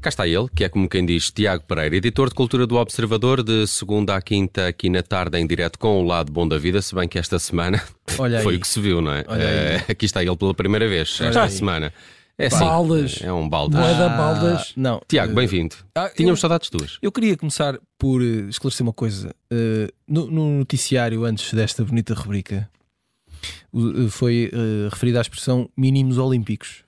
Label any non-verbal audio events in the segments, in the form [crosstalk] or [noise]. Cá está ele, que é como quem diz Tiago Pereira, editor de Cultura do Observador, de segunda à quinta, aqui na tarde, em direto com o Lado Bom da Vida, se bem que esta semana [laughs] Olha aí. foi o que se viu, não é? Olha aí. Eh, aqui está ele pela primeira vez, esta semana. É assim, Baldas. É um balde. Moeda Ah, baldas. Não. Tiago, bem-vindo. Ah, eu, Tínhamos saudades tuas. eu queria começar por eh, esclarecer uma coisa. Eh, no, no noticiário, antes desta bonita rubrica, o- eh, foi eh, referida à expressão mínimos olímpicos.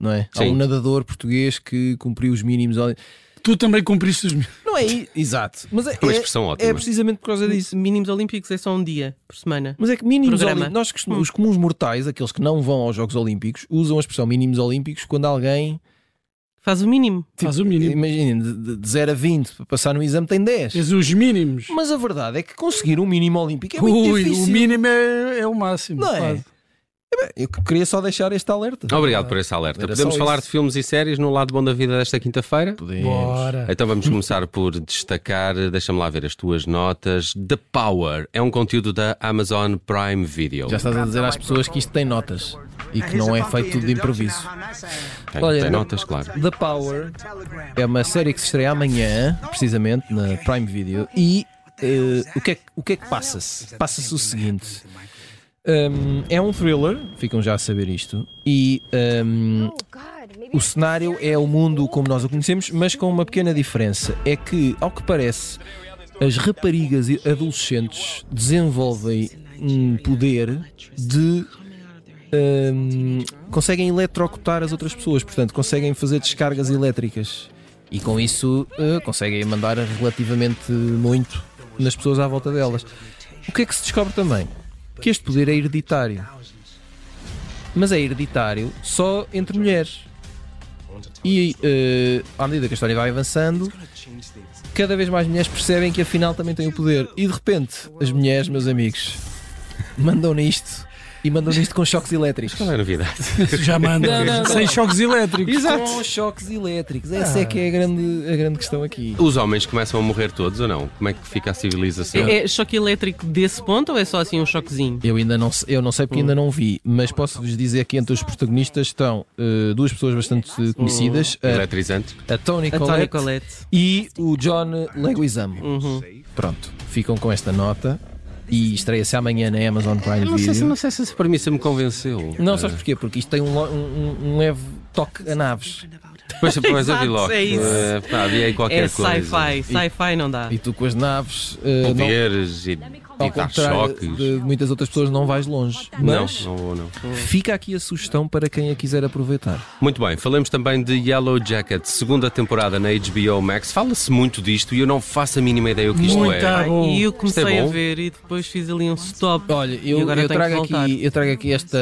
Não é? Há Sim. um nadador português que cumpriu os mínimos olímpicos. Tu também cumpriste os meus. Não é? i- Exato. Mas é, É uma é- expressão é, ótima. precisamente por causa disso. Mínimos olímpicos é só um dia por semana. Mas é que mínimos Programa. olímpicos. Nós, costum- os comuns mortais, aqueles que não vão aos Jogos Olímpicos, usam a expressão mínimos olímpicos quando alguém. Faz o mínimo. Faz o mínimo. Imaginem, de, de- de 0 a 20 para passar no exame tem 10. Tens os mínimos. Mas a verdade é que conseguir um mínimo olímpico é muito Ui, difícil. o mínimo é, é o máximo. Não é? quase. Eu queria só deixar este alerta. Obrigado por esse alerta. Era Podemos só falar isso. de filmes e séries no Lado Bom da Vida desta quinta-feira? Podemos. Bora. Então [laughs] vamos começar por destacar, deixa-me lá ver as tuas notas. The Power é um conteúdo da Amazon Prime Video. Já estás a dizer às pessoas que isto tem notas e que não é feito tudo de improviso. tem, olha, tem não- notas, claro. The Power é uma série que se estreia amanhã, precisamente, na Prime Video. E eh, o que é que, o que, é que passa-se? Passa-se o seguinte. Hum, é um thriller, ficam já a saber isto, e hum, O cenário é o mundo como nós o conhecemos, mas com uma pequena diferença. É que, ao que parece, as raparigas e adolescentes desenvolvem um poder de. hum, conseguem eletrocutar as outras pessoas, portanto, conseguem fazer descargas elétricas. E com isso eh, conseguem mandar relativamente muito nas pessoas à volta delas. O que é que se descobre também? Que este poder é hereditário. Mas é hereditário só entre mulheres. E eh, à medida que a história vai avançando, cada vez mais mulheres percebem que afinal também têm o poder. E de repente, as mulheres, meus amigos, mandam nisto e mandam nisto com choques elétricos. Qual é a novidade? [laughs] Isso já Não, manda. não, não. Sem choques elétricos. Com choques elétricos. Essa é que é a grande, a grande questão aqui. Os homens começam a morrer todos ou não? Como é que fica a civilização? É, é choque elétrico desse ponto ou é só assim um choquezinho? Eu ainda não sei, eu não sei porque ainda não vi, mas posso-vos dizer que entre os protagonistas estão eh, duas pessoas bastante conhecidas, é. Eletrizante. a, a Tony A Tony Collette Colette. e o John Leguizamo. Uhum. É Pronto, ficam com esta nota e estreia-se amanhã na Amazon Prime Não sei, se, Video. não sei se essa premissa me convenceu. Não, sabes porquê? Porque isto tem um, lo- um- um- um leve toque a naves. Pois, pois eu vi Exato, logo. é isso. Eh, pá, havia aí qualquer É coisa. sci-fi. Sci-fi não dá. E tu com as naves, eh, não- Poderes e, ao e dar contrário choques. de muitas outras pessoas, não vais longe. Não, Mas não vou, não. fica aqui a sugestão para quem a quiser aproveitar. Muito bem, falamos também de Yellow Jacket, segunda temporada na HBO Max. Fala-se muito disto e eu não faço a mínima ideia o que isto Muito é. ah, bom. E eu Isto é comecei a bom? ver e depois fiz ali um stop. Olha, eu, E agora eu tenho que trago, voltar. aqui, eu trago aqui esta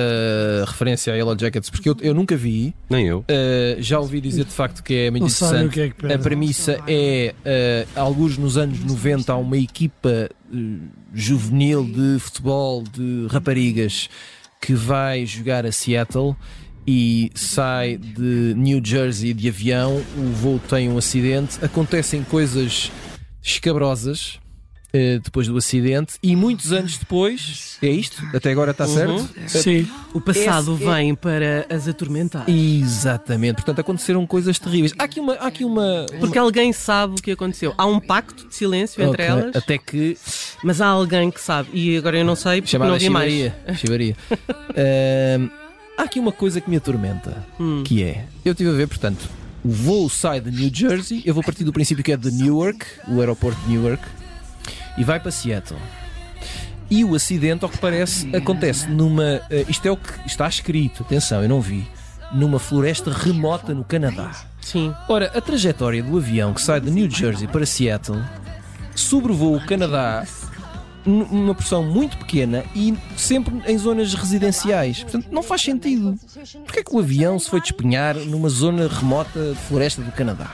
referência a Yellow Jackets porque eu, eu nunca vi. Nem eu. eh, já ouvi dizer de facto que é muito Não sabem o interessante. que é que A perde. premissa é, eh, alguns nos anos 90, há uma equipa eh, juvenil de futebol de raparigas que vai jogar a Seattle e sai de New Jersey de avião, o voo tem um acidente, acontecem coisas escabrosas. eh, depois do acidente, e muitos anos depois, é isto? Até agora está certo? Ah, Sim. O passado vem para as atormentar. Exatamente, portanto aconteceram coisas terríveis. Há aqui uma. Há aqui uma, Porque alguém sabe o que aconteceu. Há um pacto de silêncio entre Ok, elas, Até que mas há alguém que sabe. E agora eu não sei porque Chamada não vi mais. Chivaria. [laughs] Chivaria. Ahm, há aqui uma coisa que me atormenta, Hum. que é, eu estive a ver, portanto, o voo sai de New Jersey, eu vou partir do princípio que é de Newark, o aeroporto de Newark, e vai para Seattle. E o acidente, ao que parece, acontece numa. eh, isto é o que está escrito, atenção, eu não vi. Numa floresta remota no Canadá. Sim. Ora, a trajetória do avião que sai de New Jersey para Seattle sobrevoa o Canadá n- numa porção muito pequena e sempre em zonas residenciais. Portanto, não faz sentido. Porquê é que o avião se foi despenhar numa zona remota de floresta do Canadá?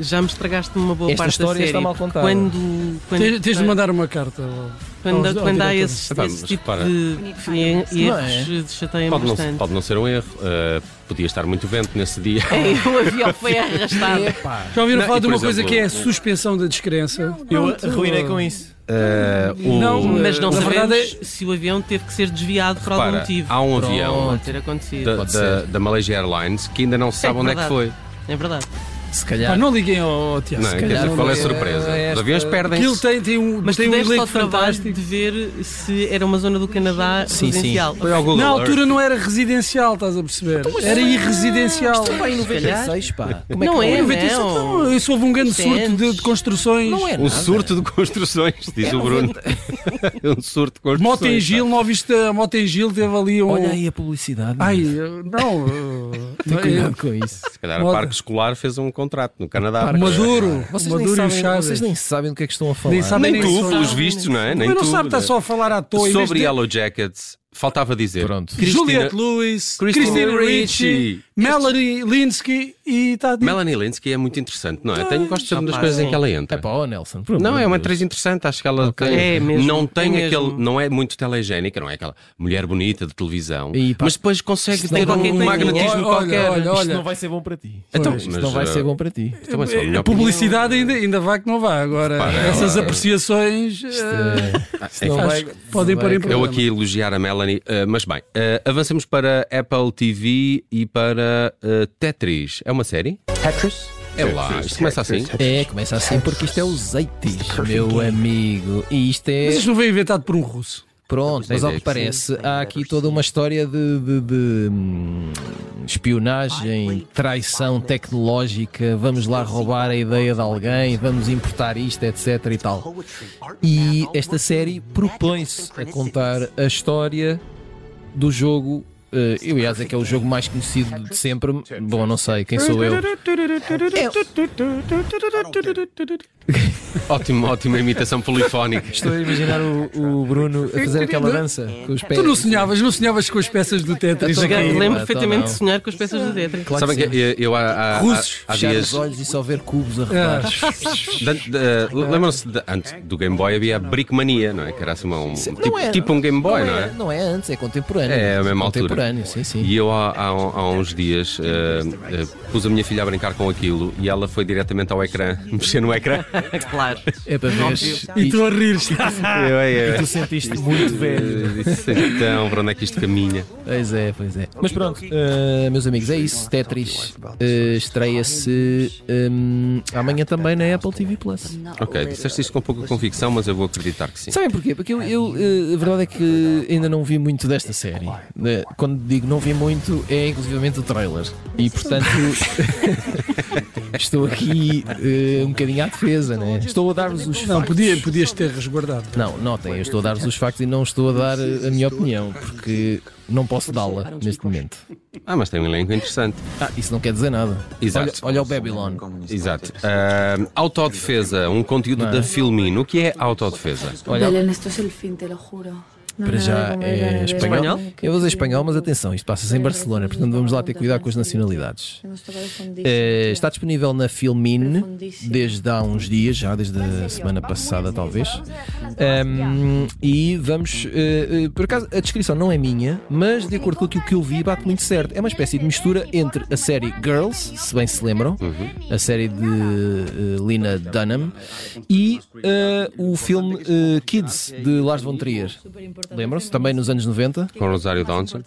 Já me estragaste uma boa Esta parte da história série. está mal porque contada. Quando, quando, Tens, tens de mandar uma carta. ao- quando, aos- ao quando há diretor. esse, Epá, esse mas tipo repara. de erros, Não é? chateia Pode não, bastante. pode não ser um erro. Uh, podia estar muito vento nesse dia. É, o [laughs] avião foi arrastado. Epá, Já ouviram Não, falar e, de por uma coisa exemplo, que é a o- suspensão da descrença? eu Pronto. arruinei com isso. [laughs] eh, o- Não, Mas não Na sabemos verdade se o avião teve que ser desviado por algum Repara, motivo. há um avião Pode ter acontecido. da, Pode da, ser. da Malaysia Airlines que ainda não se sabe É onde é que verdade. foi. É verdade. se Pá, calhar. não liguem ao, ao Tiago. Não, se quer calhar dizer, qual é a é- surpresa? é Os aviões esta- Aquilo perdem-se. tem, tem um, Mas tem tu um deste link ao trabalho fantástico. de ver se era uma zona do Canadá Sim, sim. residencial. Foi ao Google Na Earth. altura não era residencial, estás a perceber? Então, Era é. irresidencial. Bem, Se calhar. 96, pá. Como é Não que é, é não é não. Então, isso houve um grande Sentes. surto de, de construções. Não é Um nada. surto de construções, diz É o Bruno. [laughs] um surto de construções. Mota em Gil, não ouviste a Mota em Gil teve ali um. Olha aí a publicidade. Ai, meu. eu- não. eh, eu- Tem não, cuidado com isso. Se calhar a Mota. Parque Escolar fez um contrato no Canadá. eu- Maduro, Vocês nem, Maduro e o sabem, Chaves. vocês nem sabem do que é que estão a falar. Nem sabem. Nem Nem tu, sou- pelos não, vistos, nem não é? Mas Nem não tu, sabe, está né? só a falar à toa. em vez Sobre de- Yellow Jackets, faltava dizer. Pronto. Juliette Lewis, Christina Christine Ricci, Ricci. Melanie Linsky e tá está Melanie Linsky é muito interessante, não é? Tenho gosto sempre das Rapaz, coisas em sim. que ela É entra. pá, ó Nelson. por Não, amor é uma de Deus. atriz interessante, acho que ela tem- É mesmo, não é tem mesmo. aquele, não é muito telegénica, não é aquela mulher bonita de televisão, E pá, mas depois consegue isto não ter vai- um Olha, magnetismo olha, qualquer. olha, Isto não vai ser bom para ti. Então, Isto mas, não vai eh, ser bom para ti. Então, mas, olha, a melhor- publicidade ainda, ainda vai que não vai. Agora, essas apreciações eh, Isto não É, vai- acho que podem não pôr vai em Eu problema. aqui elogiar a Melanie, eh, mas bem, eh, avancemos para Apple TV e para eh, Tetris. É uma série? Tetris? É lá, isto começa assim. É, começa assim porque isto é o Zeitis, meu amigo. E isto é. Mas isto não foi inventado por um russo. Pronto, mas ao que parece, há aqui toda uma história de, de- de, hum, espionagem, traição tecnológica. Vamos lá roubar a ideia de alguém, vamos importar isto, etc. e tal. É, E esta série propõe-se a contar a história do jogo. eh, eu ia dizer que é o jogo mais conhecido de sempre. Bom, não sei quem sou eu. Ótimo, ótima imitação polifónica. Estou a imaginar o, o Bruno a fazer aquela dança com os pés. Tu não sonhavas, não sonhavas com as peças do Tetris Então, é, aqui. Sim, Lembro pá, perfeitamente então de sonhar com as peças do Tetris. Claro Sabem que que sim. eu, eu há, há- há- Russos, há Fechar os dias. olhos e só ver cubos a rodar. Ah, de- de- Lembram-se de- antes do Game Boy havia a Brickmania, não é? Que era assim uma- um, tipo, é- tipo um Game Boy, não é? Não é antes, é contemporâneo. É, é a mesma altura. Contemporâneo, sim, sim. E eu há, há- há uns dias eh, eh, pus a minha filha a brincar com aquilo e ela foi diretamente ao ecrã, [laughs] mexer no ecrã. Claro. É para ver. e tu a rir Eu, eu, eu, tu sentiste [laughs] muito velho. disse, então, para onde é que isto caminha? Pois é, pois é. Mas pronto, eh, meus amigos, é isso. Tetris eh, estreia-se hum, amanhã também na Apple TV Plus. Ok, disseste isto com pouca convicção, mas eu vou acreditar que sim. Sabem porquê? Porque eu, eu, eh, a verdade é que ainda não vi muito desta série. Eh, Quando digo não vi muito, é inclusivamente o trailer. E portanto, [laughs] estou aqui eh, um bocadinho à defesa, né? Estou a dar-vos os Não, factos. podia, podias ter resguardado. Não, notem, eu estou a dar-vos os factos e não estou a dar eh, a minha opinião, porque não posso dá-la neste momento. Ah, mas tem um elenco interessante. Ah, isso não quer dizer nada. Exato. Olha, olha o Babylon. Exato. Ah, autodefesa, um conteúdo da Filmino. O que é autodefesa? Olha- Belén, esto es el fin, te lo juro. No Para me da de já comer, é ganas de- espanhol. Espanhol? Eu vou dizer espanhol, mas atenção, isto passa-se em Barcelona, portanto vamos lá ter cuidado com as nacionalidades. Hemos tocado fondísimo, Eh, tía. está disponível na Filmin Profundíssimo. desde há uns dias, já desde a semana passada, talvez. Ehm, Ahm, e vamos. eh, eh, por acaso, a descrição não é minha, mas de acordo com aquilo que eu vi, bate muito certo. É uma espécie de mistura entre a série Girls, se bem se lembram, Uhum. a série de eh, Lina Dunham, e eh, o filme eh, Kids, de Lars von Trier. Lembram-se? Também nos anos 90. Com Rosário Dawson.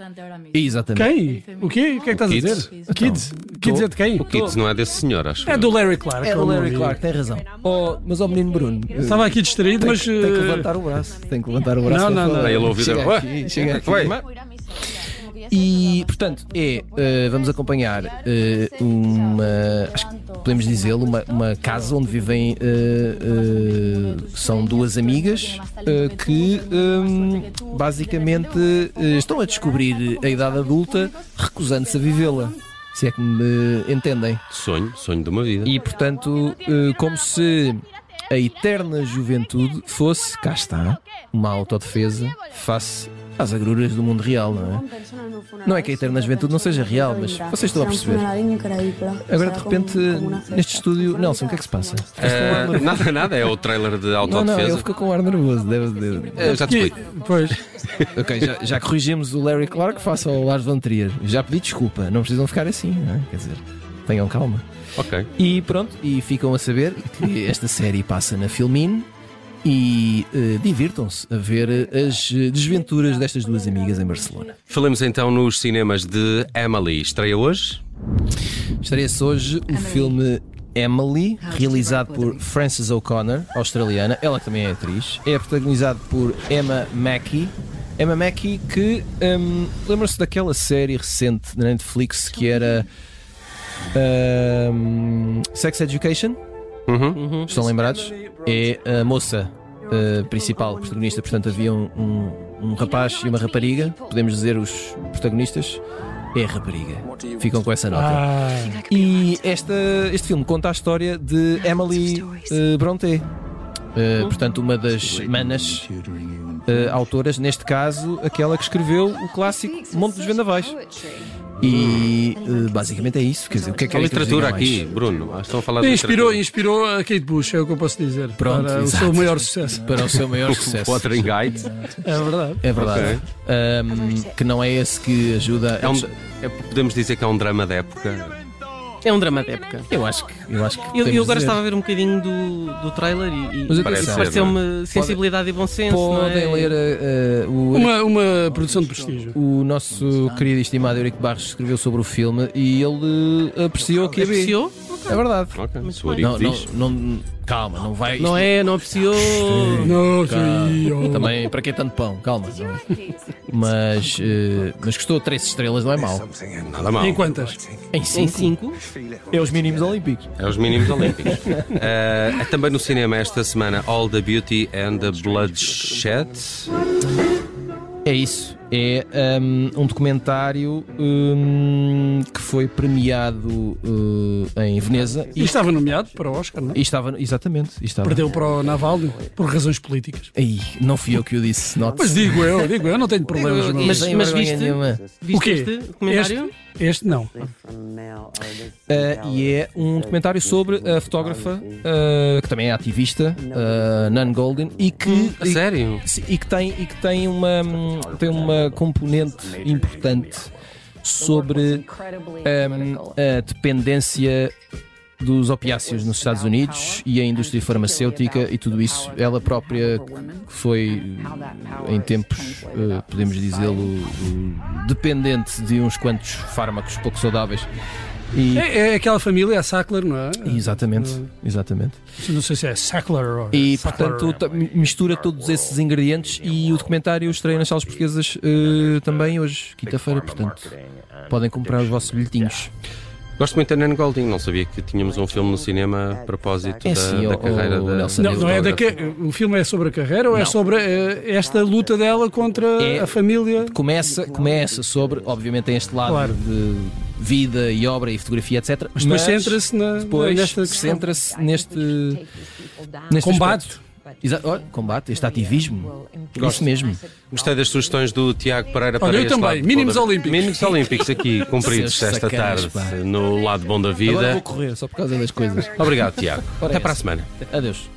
Exatamente. Quem? Então, O quê? O que é que estás a Kids. dizer? Kids? Kids é de quem? O Kids não é desse senhor, acho. É eu. do Larry Clark. É o eu não Larry vi. Clark, tem razão. Oh, mas ao menino Bruno. eh, Estava aqui distraído, Tem, mas. tem que eh, levantar o braço. Tem que levantar o braço. Não, para não, falar. não. Ele ouviu, Chega ué, aqui, chega aqui. ué. E, portanto, é. eh, vamos acompanhar eh, uma. Acho que podemos dizê-lo, uma, uma casa onde vivem. eh, eh, são duas amigas eh, que eh, basicamente eh, estão a descobrir a idade adulta, recusando-se a vivê-la. Se é que me entendem. Sonho, sonho de uma vida. E portanto, eh, como se a eterna juventude fosse, cá está, uma autodefesa face às agruras do mundo real, não é? Não é que a eterna juventude não seja real, mas vocês estão a perceber. Agora de repente, neste estúdio, Nelson, o que é que se passa? Ah, [laughs] nada, nada, é o trailer de Não, não, autodefesa. ele fica com um ar nervoso, deve. deve- Eh, já te que- explico. Pois. [laughs] Ok, já, já corrigimos o Larry Clark face ao Lars von Trier. Já pedi desculpa, não precisam ficar assim, não é? Quer dizer, tenham calma. Ok. E pronto, e ficam a saber que esta série passa na Filmin e eh, divirtam-se a ver eh, as eh, desventuras destas duas amigas em Barcelona. Falemos então nos cinemas de Emily. Estreia hoje? Estreia-se hoje o filme Emily, realizado por Frances O'Connor, australiana. Ela que também é atriz. É protagonizado por Emma Mackey. Emma Mackey, que hum, lembra-se daquela série recente na Netflix que era hum, Sex Education? Uhum. Estão lembrados? É a moça eh, principal, protagonista. Portanto, havia um, um- um rapaz e uma rapariga. Podemos dizer os protagonistas. É a rapariga. Ficam com essa nota. Ah, E esta, este filme conta a história de Emily eh, Bronte. Eh, portanto, uma das manas eh, autoras, neste caso, aquela que escreveu o clássico Monte dos Vendavais. E eh, basicamente é isso. Quer dizer, o que é que A é que eu literatura vos diga aqui, mais? Bruno. Ah, Estão a falar de inspirou, literatura. inspirou a Kate Bush, é o que eu posso dizer. Pronto, para o exato. seu maior sucesso. Para o [laughs] seu maior sucesso. Wuthering [laughs] Heights. É verdade. É verdade. Ahm, que não é esse que ajuda. É um, é- podemos dizer que é um drama da época. É um drama de época. Eu acho que. Eu, acho que Eu, podemos eu agora dizer. estava a ver um bocadinho do, do trailer e, e- Mas e atenção. é? pareceu-me sensibilidade e bom senso. Podem não é? ler eh, eh, o Uma, uma produção de prestígio. O nosso querido e estimado Eurico Barros escreveu sobre o filme e ele eh, apreciou que a B. Apreciou? É verdade. Ok, Muito se o bem. Eurico Não, não, diz. não- calma, não vai. Não é? Não apreciou? Não, Calma. sim, oh. Também, para que é tanto pão? Calma. [laughs] Mas, eh, mas custou 3 estrelas, não é mau. Nada mal. Em quantas? Em Em 5 cinco? é os mínimos olímpicos. É os mínimos olímpicos. [laughs] Eh, também no cinema esta semana All the Beauty and the Bloodshed. É isso. É hum, um documentário hum, que foi premiado eh, em Veneza E e, estava nomeado para o Oscar, não? é? e estava. Exatamente. e estava. Perdeu para o Navalny por razões políticas. Aí, não fui eu que o disse. Note. Mas digo eu, digo eu, não tenho problemas. Digo eu, meu. mas- Sem vergonha viste? nenhuma. Viste O quê? este comentário? Este não. Uh, e é um documentário sobre a fotógrafa, uh, que também é ativista, uh, Nan Golden, e que, Hum, A sério? e, e que, tem, e que tem, uma, hum, tem uma componente importante sobre hum, a dependência dos opiáceos nos Estados Unidos e a indústria farmacêutica e tudo isso. Ela própria que foi, em tempos, eh, podemos dizê-lo, eh, dependente de uns quantos fármacos pouco saudáveis. E- É, é aquela família, a Sackler, não é? Exatamente, exatamente. Não sei se é Sackler ou. E Sackler. portanto ta- mistura todos esses ingredientes e o documentário estreia nas salas portuguesas eh, também hoje, quinta-feira, portanto podem comprar os vossos bilhetinhos. Gosto muito da Nan Golding. Não sabia que tínhamos um filme no cinema a propósito É da, sim, da o- carreira o da. Nelson da Não, não é da fotógrafa. ca- O filme é sobre a carreira ou é Não. sobre eh, esta luta dela contra É- a família? Começa, começa sobre, obviamente, tem este lado Claro. de vida e obra e fotografia, etc. Mas depois centra-se na, depois nesta questão. centra-se neste, neste combate. aspecto. Exa- olha, combate, este ativismo. Isso mesmo. Gostei das sugestões do Tiago Pereira para eu este também. lado bom Mínimos da- olímpicos. Mínimos Olímpicos [laughs] aqui cumpridos Seus esta sacanas, tarde pá. no lado bom da Agora vida. vou correr só por causa das coisas. Obrigado, Tiago. Ora, Até para a essa. semana. Adeus.